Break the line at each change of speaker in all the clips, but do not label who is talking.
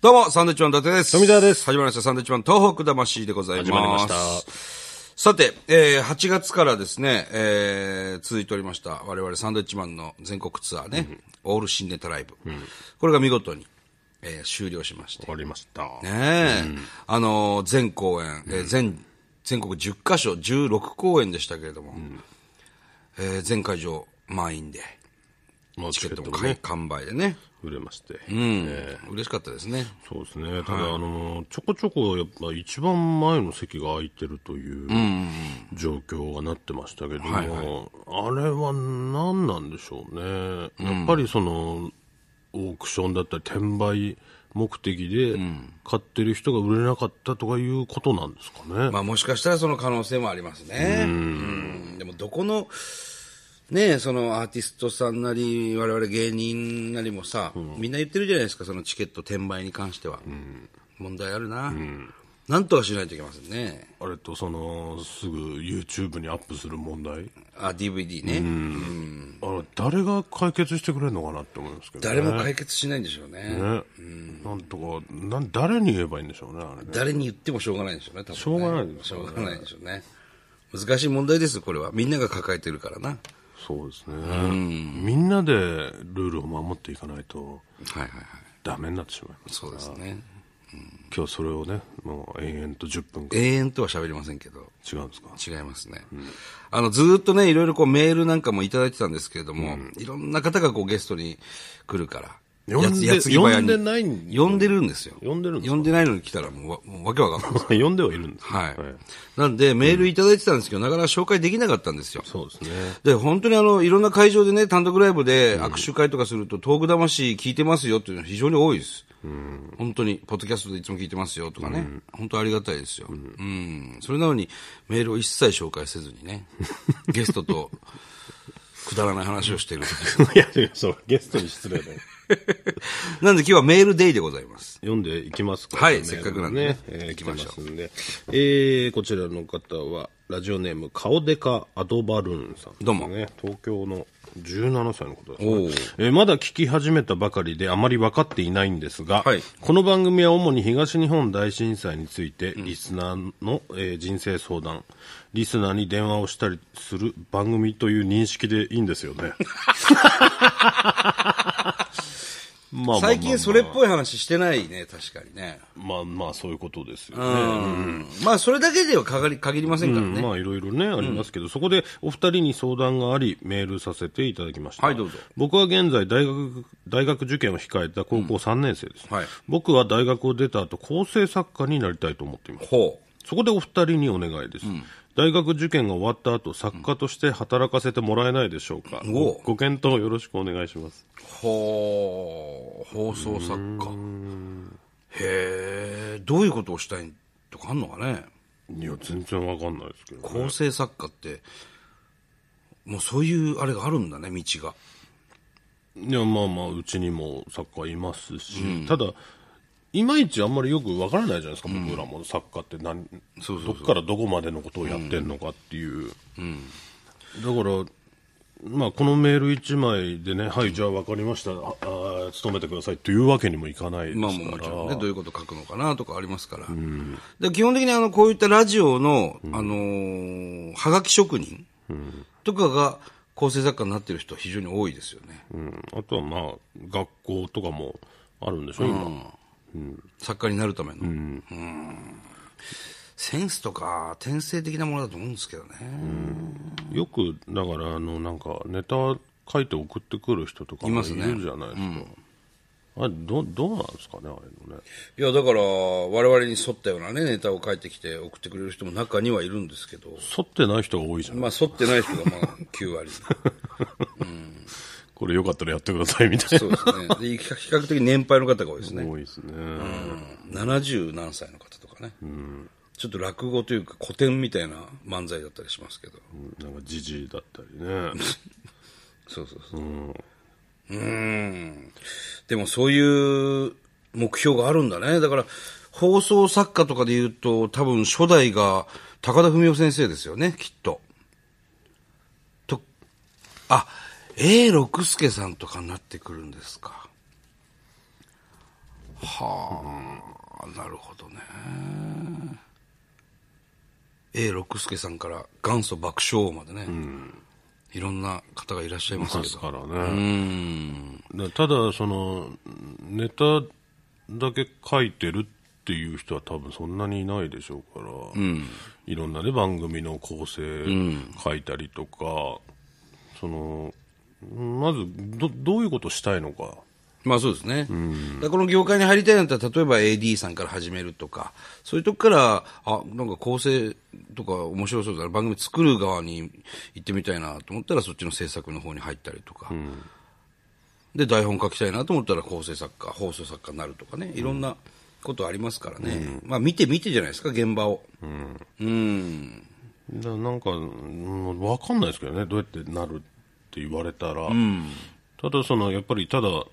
どうも、サンドイッチマン伊達です。
富澤です
始まりました、サンドイッチマン東北魂でございます。
始まりました
さて、えー、8月からですね、えー、続いておりました、我々サンドイッチマンの全国ツアーね、オール新ネタライブ、これが見事に、えー、終了しまして。
終わりました。
ねえ、あのー全公演、えー全、全国10カ所、16公演でしたけれども、えー全会場満員で、
まあ、
チ
チ
ケッ
ケッ
ト
ト
も
も
買い
ね、
完売でね、
売れまして。
うん
ええ
嬉しかったですね。
そうですね。ただ、あのー、ちょこちょこ、やっぱ一番前の席が空いてるという状況がなってましたけども、
はい
あれは何なんでしょうね。やっぱりその、オークションだったり、転売目的で買ってる人が売れなかったとかいうことなんですかね。
まあもしかしたらその可能性もありますね。うんでもどこの、ねえそのアーティストさんなり、我々芸人なりもさ、みんな言ってるじゃないですか、そのチケット転売に関しては。問題あるな。なんとかしないといけませんね。
あれと、その、すぐ YouTube にアップする問題。
あ、DVD ね。
あれ、誰が解決してくれるのかなって思いますけどね。
誰も解決しないんでしょうね。
ね、なんとかなん誰に言えばいいんでしょうねあれね
誰に言ってもしょうがないんでしょうね、多分ね
しょうがないですね
しょうがないでしょうね。難しい問題ですよ、これは。みんなが抱えてるからな。
そうですね、みんなでルールを守っていかないと
はいはいはい。
ダメになってしまいます
そうですね。
今日それをねもう延々と10分間
永遠とは喋りませんけど。
違うん ですか
違いますね。あの、ずーっとね、いろいろこうメールなんかもいただいてたんですけれども、いろんな方がこうゲストに来るから。
呼んで
ぎ早に
呼んでないん
呼んでるんですよ。
呼んでるんですか
呼んでないのに来たらもうわ、もうわけわかんない。
呼んではいるんですね
はい。なんで、メールいただいてたんですけど、なかなか紹介できなかったんですよ。
そうですね
で、本当にあの、いろんな会場でね、単独ライブで握手会とかすると、トーク魂聞いてますよっていうのは非常に多いです。本当に、ポッドキャストでいつも聞いてますよとかね。本当ありがたいですよ。うん。それなのに、メールを一切紹介せずに ね、ゲストと、くだらない話をしてる。
いやいやそうゲストに失礼 だよ
なんで今日はメールデイでございます。
読んでいきますか
はい
メール
せっかくなんでね
えー、来
ま
ま
しょう
すんで、えー、こちらの方はラジオネーム顔デカアドバルーンさん、ね、
どうも
東京の17歳のことです
お
ね
う
えーまだ聞き始めたばかりであまり分かっていないんですが、
はい
この番組は主に東日本大震災についてリスナーの、えー人生相談リスナーに電話をしたりする番組という認識でいいんです よねまあまあまあまあ
最近それっぽい話してないね、確かにね。
まあまあそういうことですよ
う
ね。
ん。まあ、それだけでは限り限りませんからね。
まあいろいろね、ありますけど、そこでお二人に相談があり、メールさせていただきました。
はいどうぞ
僕は現在大学、大学受験を控えた高校3年生です。
はい
僕は大学を出た後、構成作家になりたいと思っています。
ほう。
そこでお二人にお願いです。大学受験が終わった後、作家として働かせてもらえないでしょうか。
お
ごご検討よろしくお願いします。
ほう放送作家へえどういうことをしたいとかあんのかね
いや、全然わかんないですけど、ね。
構成作家ってもうそういうあれがあるんだね道が
いや、まあまあ、うちにも作家いますし、ただ、いまいちあんまりよくわからないじゃないですか、僕らも作家って何
そうそうそう
どっからどこまでのことをやってんのかっていう。だから、まあ、このメール1枚でね、はい、じゃあ分かりました、ああー勤めてくださいというわけにもいかないですか
ま
ら、
あもうもちろんねどういうこと書くのかなとかありますから、で基本的にあのこういったラジオの、あのーはがき職人とかが構成作家になってる人は非常に多いですよね、
うんあとはまあ、学校とかもあるんでしょ、今。
作家になるための、うんセンスとか天性的なものだと思うんですけどね、
よく、だから、あの、なんか、ネタ書いて送ってくる人とか
い
も
ま
い
す
る
ね
じゃないですか。あれ、ど、どうなんですかね、あれのね。
いや、だから、我々に沿ったようなね、ネタを書いてきて送ってくれる人も中にはいるんですけど、
沿ってない人が多いじゃん。
まあ、沿ってない人がまあ、9割。
これよかったらやってください、みたい
そうですね。で比較比較的年配の方が多いです
な。
ね。
多いですね。
うん70何歳の方とかね。ちょっと落語というか古典みたいな漫才だったりしますけど。
なんか、じじいだったりね。
そうそうそう。うん。でもそういう目標があるんだね。だから、放送作家とかで言うと、多分初代が高田文夫先生ですよね、きっと。と、あ、A 六輔さんとかになってくるんですか。あなるほどね。A 六輔さんから元祖爆笑王までね、いろんな方がいらっしゃいます
ま
け
す
ど。
からね。だただ、その、ネタだけ書いてるっていう人は多分そんなにいないでしょうから、いろんなね、番組の構成書いたりとか、その、まずど、どういうことしたいのか。
まあそうですね。だからこの業界に入りたいんだったら、例えば AD さんから始めるとか、そういうとこから、あ、なんか構成とか面白そうだな、番組作る側に行ってみたいなと思ったら、そっちの制作の方に入ったりとか、で、台本書きたいなと思ったら構成作家、放送作家になるとかね、いろんなことありますからね。まあ見て見てじゃないですか、現場を。うん。
だなんか、うん、わかんないですけどね、どうやってなるって言われたら、ただその、やっぱりただ、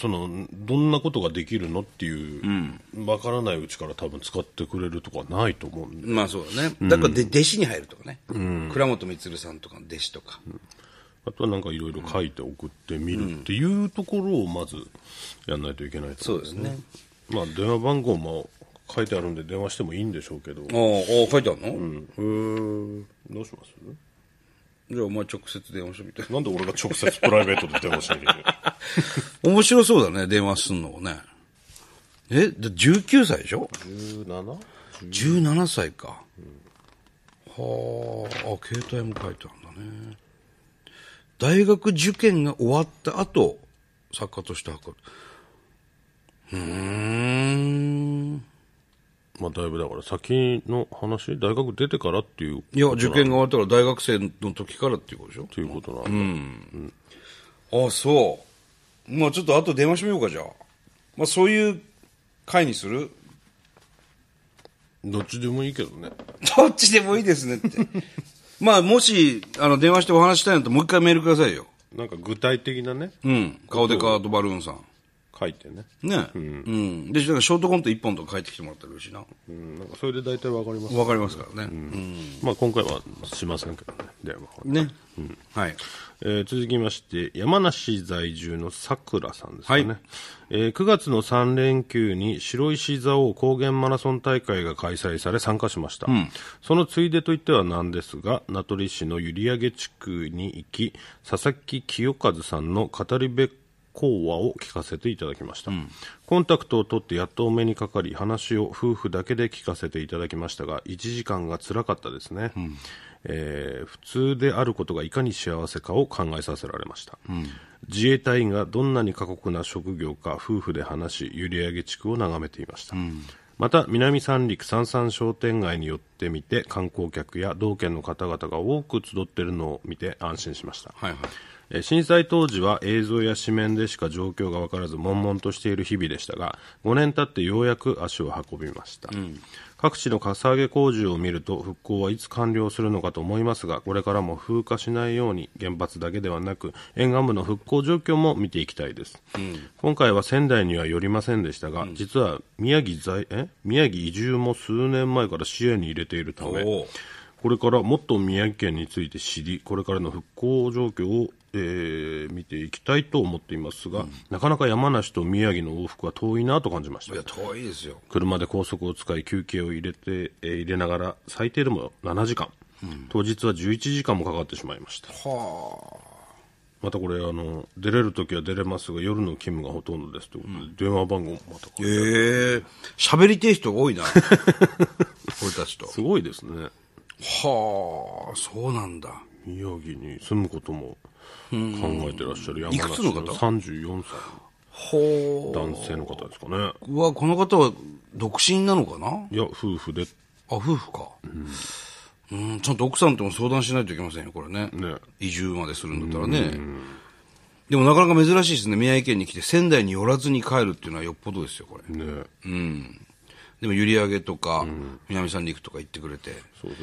そのどんなことができるのっていう、わからないうちから多分使ってくれるとかないと思うんで、
まあそうだね。だからで、弟子に入るとかね。倉本光さんとかの弟子とか。
あとはなんかいろいろ書いて送ってみるっていうところをまずやんないといけないと
そう
思
です
ん
ね。
まあ、電話番号も書いてあるんで、電話してもいいんでしょうけど、
ああ、書いてあるの、
どうします
じゃあお前直接電話してみて。
なんで俺が直接プライベートで電話しなきゃいけない
面白そうだね、電話すんのをね。え、だ19歳でしょ
?17?
?17 歳か。はあ、あ、携帯も書いてあるんだね。大学受験が終わった後、作家として測る。うーん。
まあ、だいぶだから先の話、大学出てからっていう
いや、受験が終わったから大学生の時からっていうことでしょ
ということなんで、
あそう。まあちょっと後で電話してみようか、じゃあ。まあそういう回にする
どっちでもいいけどね。
どっちでもいいですねって。 まあ、もし、あの、電話してお話したいんだったら、もう一回メールくださいよ。
なんか具体的なね、
うん。顔でカードバルーンさん。
書いてね。
ね。うん。で、なんかショートコント一本とか書いてきてもらったら嬉しいな。
うん、なんかそれで大体わかります。
わかりますからね。
まあ今回はしませんけどね、電話は
うん。ね。はい。
えー続きまして、山梨在住のさくらさんですかね、
はい
えー9月の3連休に白石蔵王高原マラソン大会が開催され参加しました、そのついでといってはなんですが、名取市の閖上地区に行き、佐々木清和さんの語り部講話を聞かせていただきました、コンタクトを取ってやっとお目にかかり話を夫婦だけで聞かせていただきましたが1時間が辛かったですね、えー普通であることがいかに幸せかを考えさせられました、自衛隊員がどんなに過酷な職業か夫婦で話し閖上地区を眺めていました、また南三陸三三商店街に寄ってみて観光客や同県の方々が多く集っているのを見て安心しました、
はいはい。
えー震災当時は映像や紙面でしか状況が分からず悶々としている日々でしたが5年経ってようやく足を運びました、各地のかさ上げ工事を見ると復興はいつ完了するのかと思いますがこれからも風化しないように原発だけではなく沿岸部の復興状況も見ていきたいです、今回は仙台には寄りませんでしたが、実は宮城在え宮城移住も数年前から支援に入れているた
お
め
お。
これからもっと宮城県について知り、これからの復興状況を、えー見ていきたいと思っていますが、なかなか山梨と宮城の往復は遠いなと感じまし
い
た
や、。遠いですよ。
車で高速を使い休憩を入れて、えー入れながら最低でも7時間、当日は11時間もかかってしまいました。またこれあの、出れるときは出れますが、夜の勤務がほとんどですということで、電話番号もまた
ええ喋りてえ人が 多いな。俺たちと。
すごいですね。
はあ、そうなんだ。
宮城に住むことも考えてらっしゃる山
いくつ
梨
の
の
方
34歳
ほ
男性の方ですかね。
う。うわ、この方は独身なのかない
や、夫婦で、
あ、夫婦か。うん、ちゃんと奥さんとも相談しないといけませんよ、これね。
ね
移住までするんだったらね。でもなかなか珍しいですね。宮城県に来て仙台に寄らずに帰るっていうのはよっぽどですよ、これ。
ね、
でも閖上とか、南三陸とか行ってくれて。
そうね。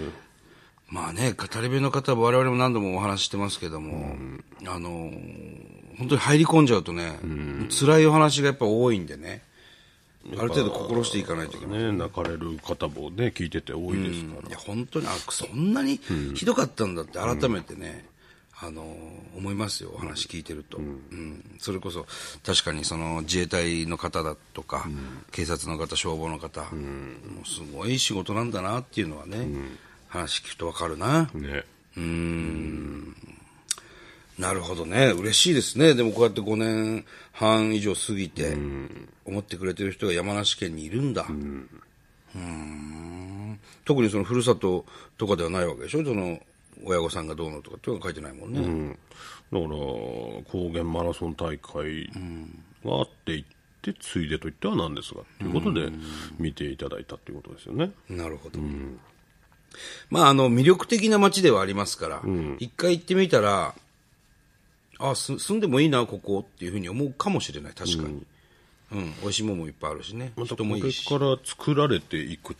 まあね、語り部の方は我々も何度もお話ししてますけども、あのー、本当に入り込んじゃうとね、辛いお話がやっぱ多いんでね。ある程度心していかないといけない。
ね、泣かれる方もね、聞いてて多いですか
いや、本当に、あ、そんなにひどかったんだって、改めてね、あの思いますよ、お話聞いてると、うんそれこそ確かにその自衛隊の方だとか、警察の方、消防の方、もうすごい仕事なんだなっていうのはね、話聞くと分かるな、
ね。
なるほどね、嬉しいですね、でもこうやって5年半以上過ぎて、思ってくれてる人が山梨県にいるんだ。うん特にそのふるさととかではないわけでしょ、その親御さんがどうのとかっていうのは書いてないもんね。
うん。だから、高原マラソン大会があって行って、ついでと言ってはなんですが、ということで、見ていただいたということですよね。
なるほど。まあ、あの、魅力的な街ではありますから、一回行ってみたら、あ、す住んでもいいな、ここっていうふうに思うかもしれない、確かに。うん、美味しいもんもいっぱいあるしね。
また
人
こ
も
れ
いいし。
から作られていく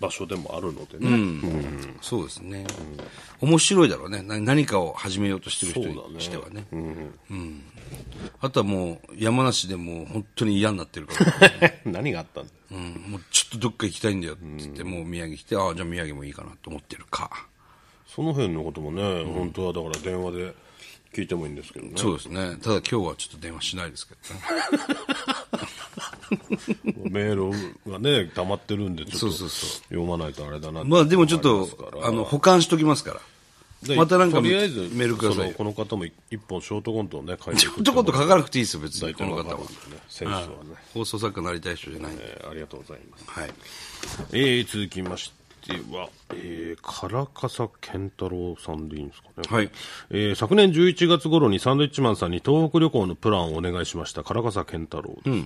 場所でもあるのでね。
そうですね。面白いだろうね。な何かを始めようとしてる人
そうだ
に
ね
してはね。うんあとはもう、山梨でもう本当に嫌になってる から、
何があったんだ
うん、もうちょっとどっか行きたいんだよって言って、もう宮城来て、ああ、じゃあ宮城もいいかなと思ってるか。
その辺のこともね、本当はだから電話で聞いてもいいんですけどね。
そうですね。ただ今日はちょっと電話しないですけどね。
メールがね、溜まってるんで、ちょっ
そう
と
そうそう
読まないとあれだなって
まあでもちょっと
思いますか、ら
あの、保管しときますから。
で
またなんか
とりあえず
メールくださいよ
そのこの方も一本ショートコントをね、書いて
ちょっとこと書かなくていいですよ、別に。
大
こ
体
の
の
方
方
は
は、ね。、 選手はね、
放送作家になりたい人じゃないんで。
えーありがとうございます。
はい。
えー続きましては、えー、唐笠健太郎さんでいいんですかね。
はい
えー昨年11月頃にサンドイッチマンさんに東北旅行のプランをお願いしました、唐笠健太郎です、えー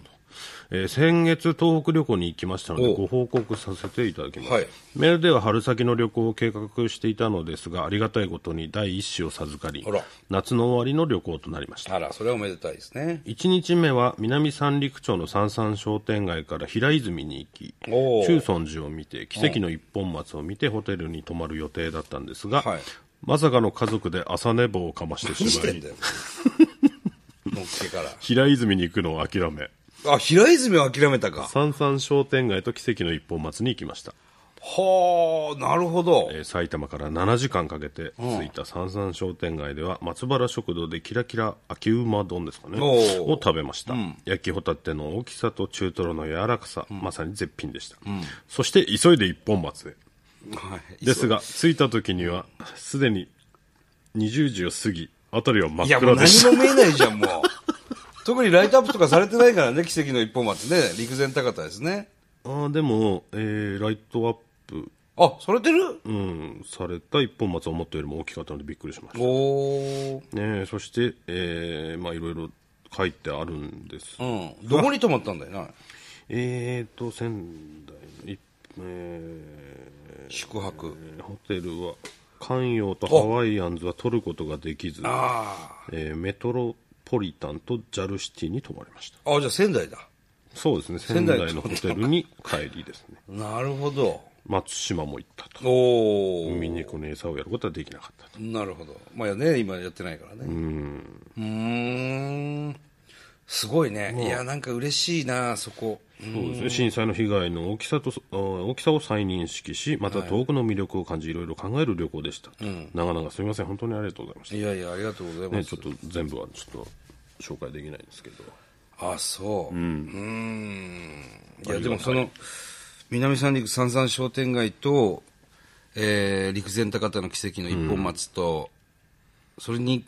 先月東北旅行に行きましたので、
お
ご報告させていただきます。
はい
メールでは春先の旅行を計画していたのですが、ありがたいことに第一子を授かり
あら、
夏の終わりの旅行となりました。
あら、それはおめでたいですね。
1日目は南三陸町の三三商店街から平泉に行き
おー
中尊寺を見て奇跡の一本松を見てホテルに泊まる予定だったんですが、
はい
まさかの家族で朝寝坊をかまして
何し
して ま
ん
い
だよ。のっけから。
平泉に行くのを諦め
あ、平泉を諦めたか。
三三商店街と奇跡の一本松に行きました、
はあ、なるほど。
えー埼玉から7時間かけて着いた三三商店街では松原食堂でキラキラ秋馬丼ですかね
おー
を食べました、焼きホタテの大きさと中トロの柔らかさ、まさに絶品でした、そして急いで一本松へ
はい
ですが、着いた時には、すでに20時を過ぎ、辺りはい真
や、
っ
もう
暗で
何
した。
も見えないじゃん、 もう。特にライトアップとかされてないからね、奇跡の一本松ね。陸前高田ですね。
あーでも、えーライトアップ、
あ、されてる
うん、された一本松は思ったよりも大きかったのでびっくりしまし
おー。
た。ねえ、そして、えーまあいろいろ書いてあるんです。
うん。どこに泊まったんだよな。
えーと、仙台のい、え
宿泊。
ーホテルは、関陽とハワイアンズは取ることができず、
あ
えーメトロポリタンとジャルシティに泊まりました。
あ。あ、じゃあ仙台だ。
そうですね、仙
台
台のホテルに帰りですね。
なるほど。
松島も行ったと。
おー。
海にこの餌をやることはできなかったと。
なるほど。まあね、今やってないからね。うん。ん。すごいね。いや、なんか嬉しいな、そこ。
そうですね、震災の被害の大きさとそあ大きさを再認識し、また遠くの魅力を感じ、いろいろ考える旅行でしたと。長々すみません、本当にありがとうございました。
いやいや、ありがとうございま
ね、
す。
ちょっと全部はちょっと紹介できないですけど。
あ、そう。うん。いや、でもその、南三陸三三商店街と、えー、陸前高田の奇跡の一本松と、それに、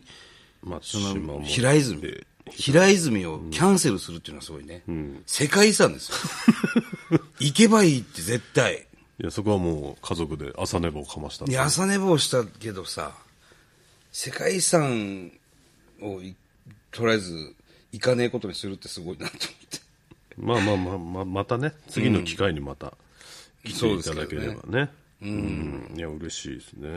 松
そ
島
の、
も。
平泉。平泉をキャンセルするっていうのはすごいね。世界遺産ですよ。 行けばいいって絶対。
いや、そこはもう家族で朝寝坊をかました
い。や朝寝坊したけどさ世界遺産をいとりあえず行かねえことにするってすごいなと思って
まあまあまあ、まあ、またね、次の機会にまた来ていただければね。うん、いや、嬉しいですね。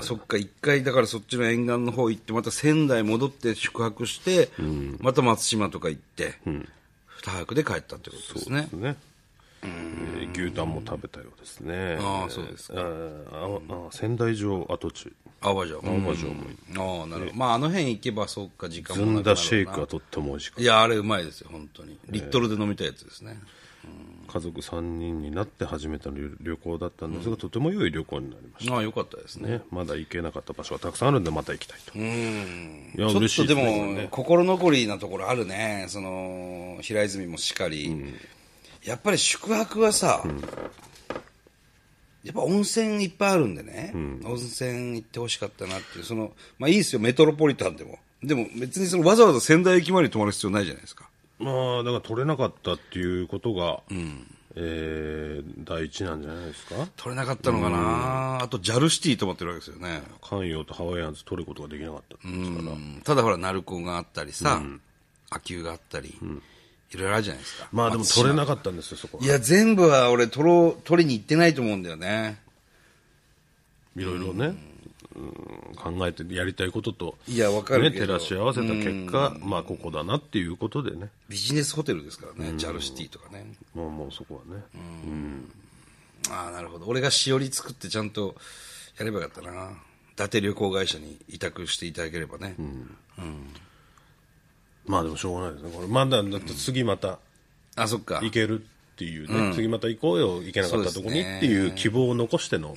そっか一回だからそっちの沿岸の方行ってまた仙台戻って宿泊して、また松島とか行って、二泊で帰ったってことですね
ですね。えー牛タンも食べたようですね。
ああそうです
か。あああ仙台城跡地、
淡馬城
青葉城も、
ああなるほど、まああの辺行けばそっか時間
ず
もなんくなるわな
だシェイクはとっても美味しかっ
いやあれうまいですよ本当にリットルで飲みたいやつですね、
家族3人になって始めた旅旅行だったんですが、とても良い旅行になりまし
ああ、よかったです
た
ね。
ね。まだ行けなかった場所がたくさんあるんで、また行きたいと。いや、
ちょ
嬉
っ
しい
とです
ね
も、心残りなところあるね。その、平泉もしかり。やっぱり宿泊はさ、やっぱ温泉いっぱいあるんでね、温泉行ってほしかったなっていう、その、まあいいですよ、メトロポリタンでも。でも別にそのわざわざ仙台駅まで泊まる必要ないじゃないですか。
まあ、だから取れなかったっていうことが、えー第一なんじゃないですか。
取れなかったのかな、あと JAL シティ泊まってるわけですよね。
関与とハワイアンズ取ることができなかったんですから。
うんただほら、鳴子があったりさ、秋保があったり、いろいろあるじゃないですか。。
まあでも取れなかったんですよ、そこはい
や、全部は俺、取ろう、取りに行ってないと思うんだよね。
いろいろね、うん考えてやりたいことと、
いやわかるけど
ね、照らし合わせた結果、まあここだなっていうことでね、
ビジネスホテルですからね、JAL シティとかね。
もうもうそこはね、
ああ、なるほど。俺がしおり作ってちゃんとやればよかったな。伊達旅行会社に委託していただければね。
まあでもしょうがないですね、これ、まだだって次また
あ、そっか
行。けるっていうね、次また行こうよ、行けなかったとこにっていう希望を残しての、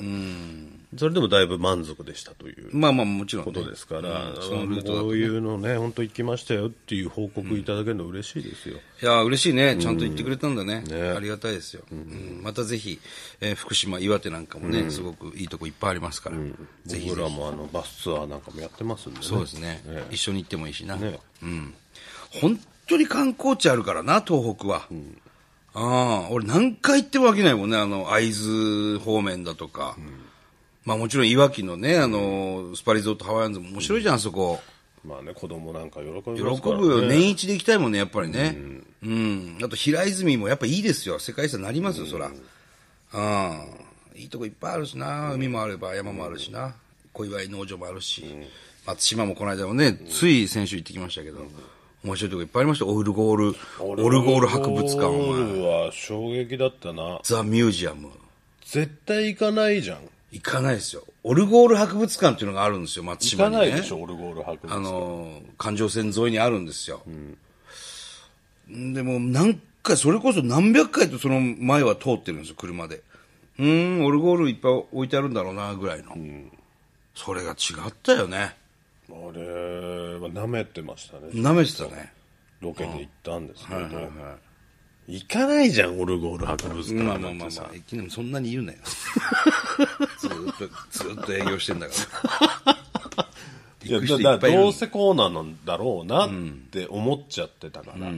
それでもだいぶ満足でしたという。
まあまあ、もちろん、ね。
ことですから、
うんそのルートだ
ことう
ね。
いうのね、本当行きましたよっていう報告いただけるの嬉しいですよ。
いや、嬉しいね。ちゃんと言ってくれたんだね。
ね
ありがたいですよ。うんまたぜひ、えー福島、岩手なんかもね、すごくいいとこいっぱいありますから。ぜひ
僕らもあのバスツアーなんかもやってますんでね。
そうですね。一緒に行ってもいいしな。
ね
うん。本当に観光地あるからな、東北は。ああ、俺何回行っても飽きないもんね、あの、会津方面だとか。まあもちろんいわきのね、あの、スパリゾートハワイアンズも面白いじゃん、あそこ。
まあね、子供なんか喜びます
喜
から、ね。
ぶよ。年一で行きたいもんね、やっぱりね。うん。あと平泉もやっぱいいですよ。世界遺産になりますよ、そら。うん。いいとこいっぱいあるしな。海もあれば山もあるしな。小岩井農場もあるし。松島もこの間もね、つい先週行ってきましたけど。面白いとこいっぱいありました。オルゴール、オルゴール博物館、
オルゴ
お前
ールは衝撃だったな。
ザ・ミュージアム。
絶対行かないじゃん。
行かないですよ。オルゴール博物館っていうのがあるんですよ、松
行
島
か
に、ね。
ないでしょ、オルゴール博物
あ
館。
のー環状線沿いにあるんですよ、でもう何回それこそ何百回とその前は通ってるんですよ車でうーんオルゴールいっぱい置いてあるんだろうなぐらいの、それが違ったよね
あれは舐めてましたね。
舐めてたね
ロケで行ったんですけど。行かないじゃん、オルゴール博物館
ま
な
あ
んてさ。
まあまあまあいきなりそんなに言うなよずーっとずーっと営業してんだから
い
行
や
く人
だだ
いっぱいいる
どうせこうなのだろうなって思っちゃってたから。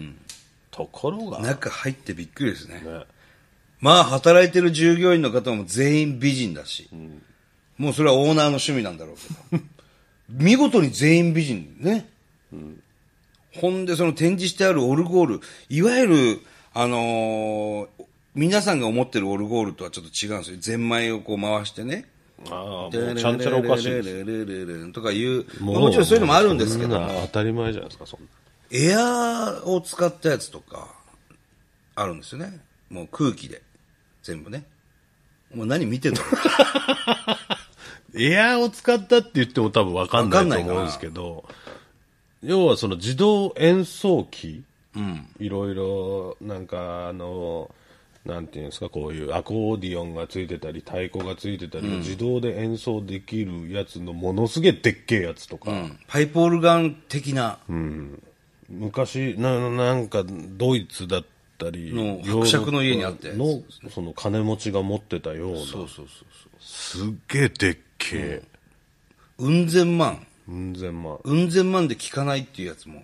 ところが、ね、
中入ってびっくりですねまあ働いてる従業員の方も全員美人だし、もうそれはオーナーの趣味なんだろうけど見事に全員美人ね、ほんでその展示してあるオルゴールいわゆるあのー皆さんが思ってるオルゴールとはちょっと違うんですよゼンマイをこう回してね
ああ、もうちゃんちゃらおかしいです。
とかいうまあもちろんそういうのもあるんですけど
そな当たり前じゃないですか、そんな。
エアーを使ったやつとか、あるんですよね。もう空気で。全部ね。もう何見てんだろう
エアーを使ったって言っても多分わかんな
わかんないい
と
かな
思うんですけど、要はその自動演奏機、いろいろ、なんかあの、なんていうんですか、こういうアコーディオンがついてたり、太鼓がついてたり、自動で演奏できるやつのものすげえでっけえやつとか、
うんパイプオルガン的な、
昔な、なんかドイツだったり、
の伯爵の家にあったやつ
の、その金持ちが持ってたような、
そうそうそう
すっげえでっけえ、
そう。うん千万。
うん、全万。
うん千万で効かないっていうやつも。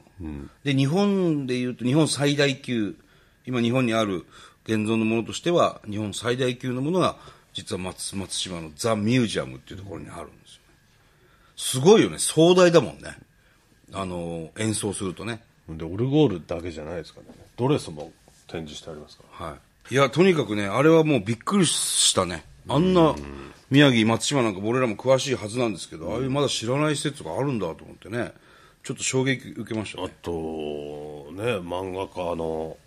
で、日本で言うと、日本最大級、今日本にある現存のものとしては、日本最大級のものが、実は松松島のザ・ミュージアムっていうところにあるんですよね。すごいよね。壮大だもんね。あの、演奏するとね。
でオルゴールだけじゃないですからねドレスも展示してありますから
はい。いや、とにかくね、あれはもうびっくりしたね。あんな、宮城、松島なんか俺らも詳しいはずなんですけど、ああいうまだ知らない施設があるんだと思ってね、ちょっと衝撃受けました
あ
ね。
とね漫画家の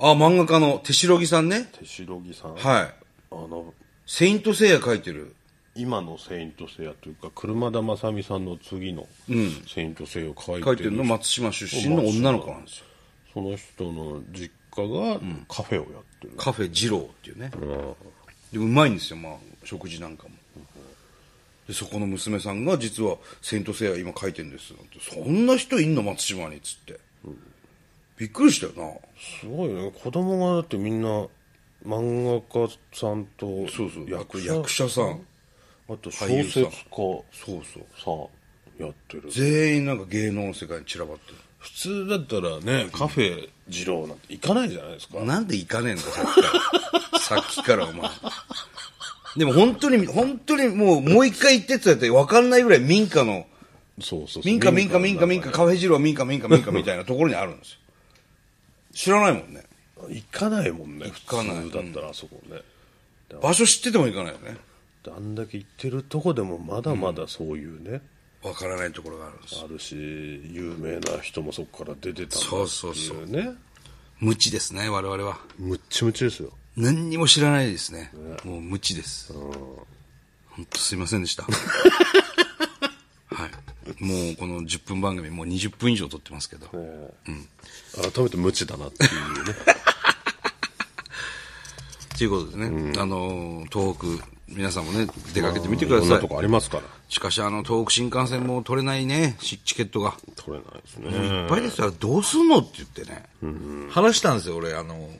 あ、漫画家の手代木さんね。
手代木さん、い、
はい。
あの
セイントセイヤ描いてる。
今の「セイント・セイヤ」というか車田正美さんの次の「セイント・セイヤ」を書いて
描い
る
てるの松島出身の女の子なんですよ。
その人の実家がカフェをやってる。
カフェ二郎っていうね。で、うまいんですよ、まあ、食事なんかも。で、そこの娘さんが、実は、セイントセイヤ今書いてんです。なんてそんな人いんの松島に、つって。びっくりしたよな。
すごいね。子供がだってみんな漫画家さんと
そうそう。役
役
者
者
役者さん。
あと小
俳優さ
説
ん
家さ
そうそう。
やってる。
全員なんか芸能の世界に散らばって
普通だったらね、カフェ二郎なんて行かないじゃないですか。
る。なんで行かねえんだ、さっき から。さっきから、お前。でも本当に、本当にもう、もう一回行ってって言ったら分かんないぐらい民家の、
そうそうそう。
民家、民家、民家、民家、カフェ二郎、民家、民家、民家みたいなところにあるんですよ。知らないもんね。
行かないもんね普
かない
通だったらあそこね、
場所知ってても行かないよね。
あんだけ行ってるとこでもまだまだそういうね、
分からないところがあるんです。
あるし有名な人もそこから出てたんだっていうね
そうそうそう無知ですね、我々は。
むっちむちですよ
何にも知らないですね。もう無知です。本当すいませんで した。はい。もうこの10分番組、もう20分以上撮ってますけど。
改めて無知だなっていう ね
ということでね、あのー、東北、皆さんもね、出かけてみてくだ
こん
さ
ないと。こありますから
しかし、あの、東北新幹線も取れないね、しチケットが。
取れないです
い
ね
っぱいですよ、どうすんのって言ってね、話したんですよ、俺、あの、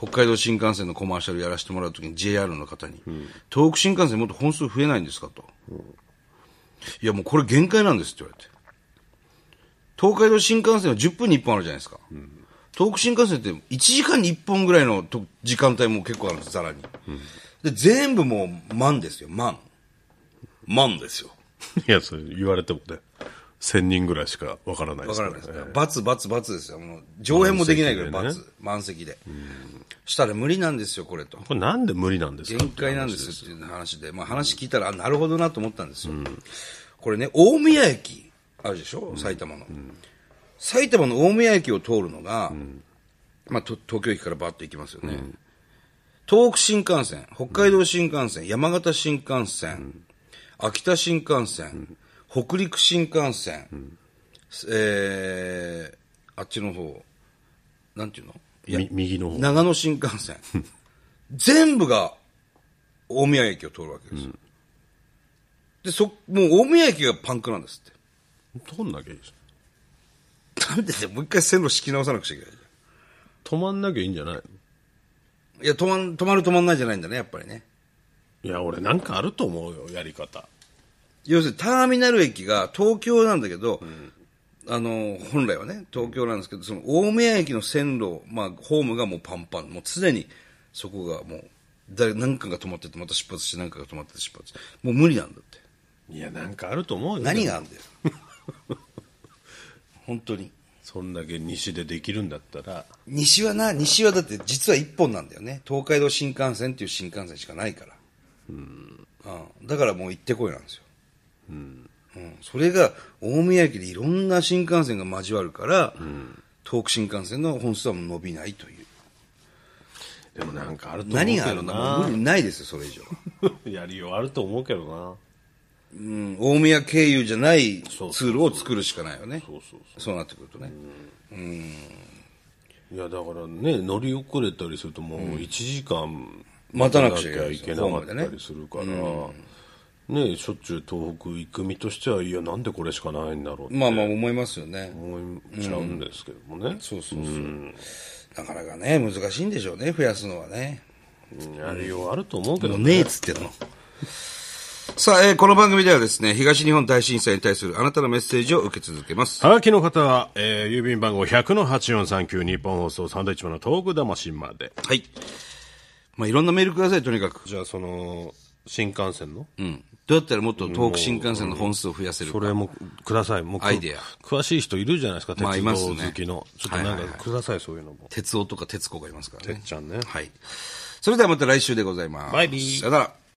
北海道新幹線のコマーシャルやらせてもらうときに JR の方に、東北新幹線もっと本数増えないんですかと、いや、もうこれ限界なんですって言われて、東海道新幹線は10分に1本あるじゃないですか、東北新幹線って1時間に1本ぐらいのと時間帯も結構あるんです、ざらに、で、全部もう満ですよ、満。満ですよ。
いやそれ言われてもね1000人ぐらいしかわからないで
わ
す
か
からら
ない
ね
ですね。罰、罰、罰ですよ。もう、上演もできないぐらい
満
罰、
席で
満席で。したら無理なんですよ、これと。
これなんで無理なんですか
限界なんですよっていう話で、まあ話聞いたら、あ、なるほどなと思ったんですよ。これね、大宮駅、あるでしょ埼玉の。埼玉の大宮駅を通るのが、まあと東京駅からバッと行きますよね。東北新幹線、北海道新幹線、山形新幹線、秋田新幹線、北陸新幹線、えー、あっちの方、なんていうのいや
み右の方
長野新幹線。全部が大宮駅を通るわけですよ。で、そ、もう大宮駅がパンクなんですって。
取んなきゃいいじゃん
なんでだよもう一回線路敷き直さなくちゃいけないじ
止まんなきゃいいんじゃないの
ゃん。いや、止まん、止まる止まんないじゃないんだね、やっぱりね。
いや俺なんかあると思うよやり方
要するにターミナル駅が東京なんだけど、あの、本来はね、東京なんですけど、その大宮駅の線路、まあ、ホームがもうパンパン。もう常にそこがもう、誰、何かが止まってて、また出発して、何かが止まってて出発して。もう無理なんだって。
いやなんかあると思うよ
何があんだよ 本当に
そんだけ西でできるんだったら
西はな西はだって実は一本なんだよね東海道新幹線っていう新幹線しかないからうんだからもう行ってこいなんですようんそれが大宮駅でいろんな新幹線が交わるから、東北新幹線の本数はもう伸びないという
でもなんかあると思う
何
け
がある
ど
んだもう無
な
理ないですよそれ以 上
やりようあると思うけどな
うん大宮経由じゃない通路を作るしかないよね
そうそう
そうなってくるとね、
そういやだからね乗り遅れたりするともう1時間
待たなくちゃ
待
い
た
け
なき
ない
ゃいけなかったりするからねしょっちゅう東北行く身としてはいやなんでこれしかないんだろうって
まあまあ思いますよね、
思っちゃうんですけどもね
そうそうそう。なかなかね、難しいんでしょうね、増やすのはね。
うんやりようあると思うけど
ねえっつってんの。さあ、えーこの番組ではですね、東日本大震災に対するあなたのメッセージを受け続けます。
はがきの方は、えー郵便番号100-8439日本放送サンドイッチマンの東北魂まで。
はい。まあ、いろんなメールください、とにかく。
じゃあその、新幹線の
うん。どうやったらもっと東北新幹線の本数を増やせる
そ
か。
れもください。もうく
アイデア
詳しい人いるじゃないですか、鉄
まあいます
道
ね
好きの。ちょっとなん
はいはいは
かください、そういうのも。
鉄夫とか鉄子がいますから
て
ね
っ。ちゃんね。
はい。それではまた来週でございます。
バイビー
さよなら。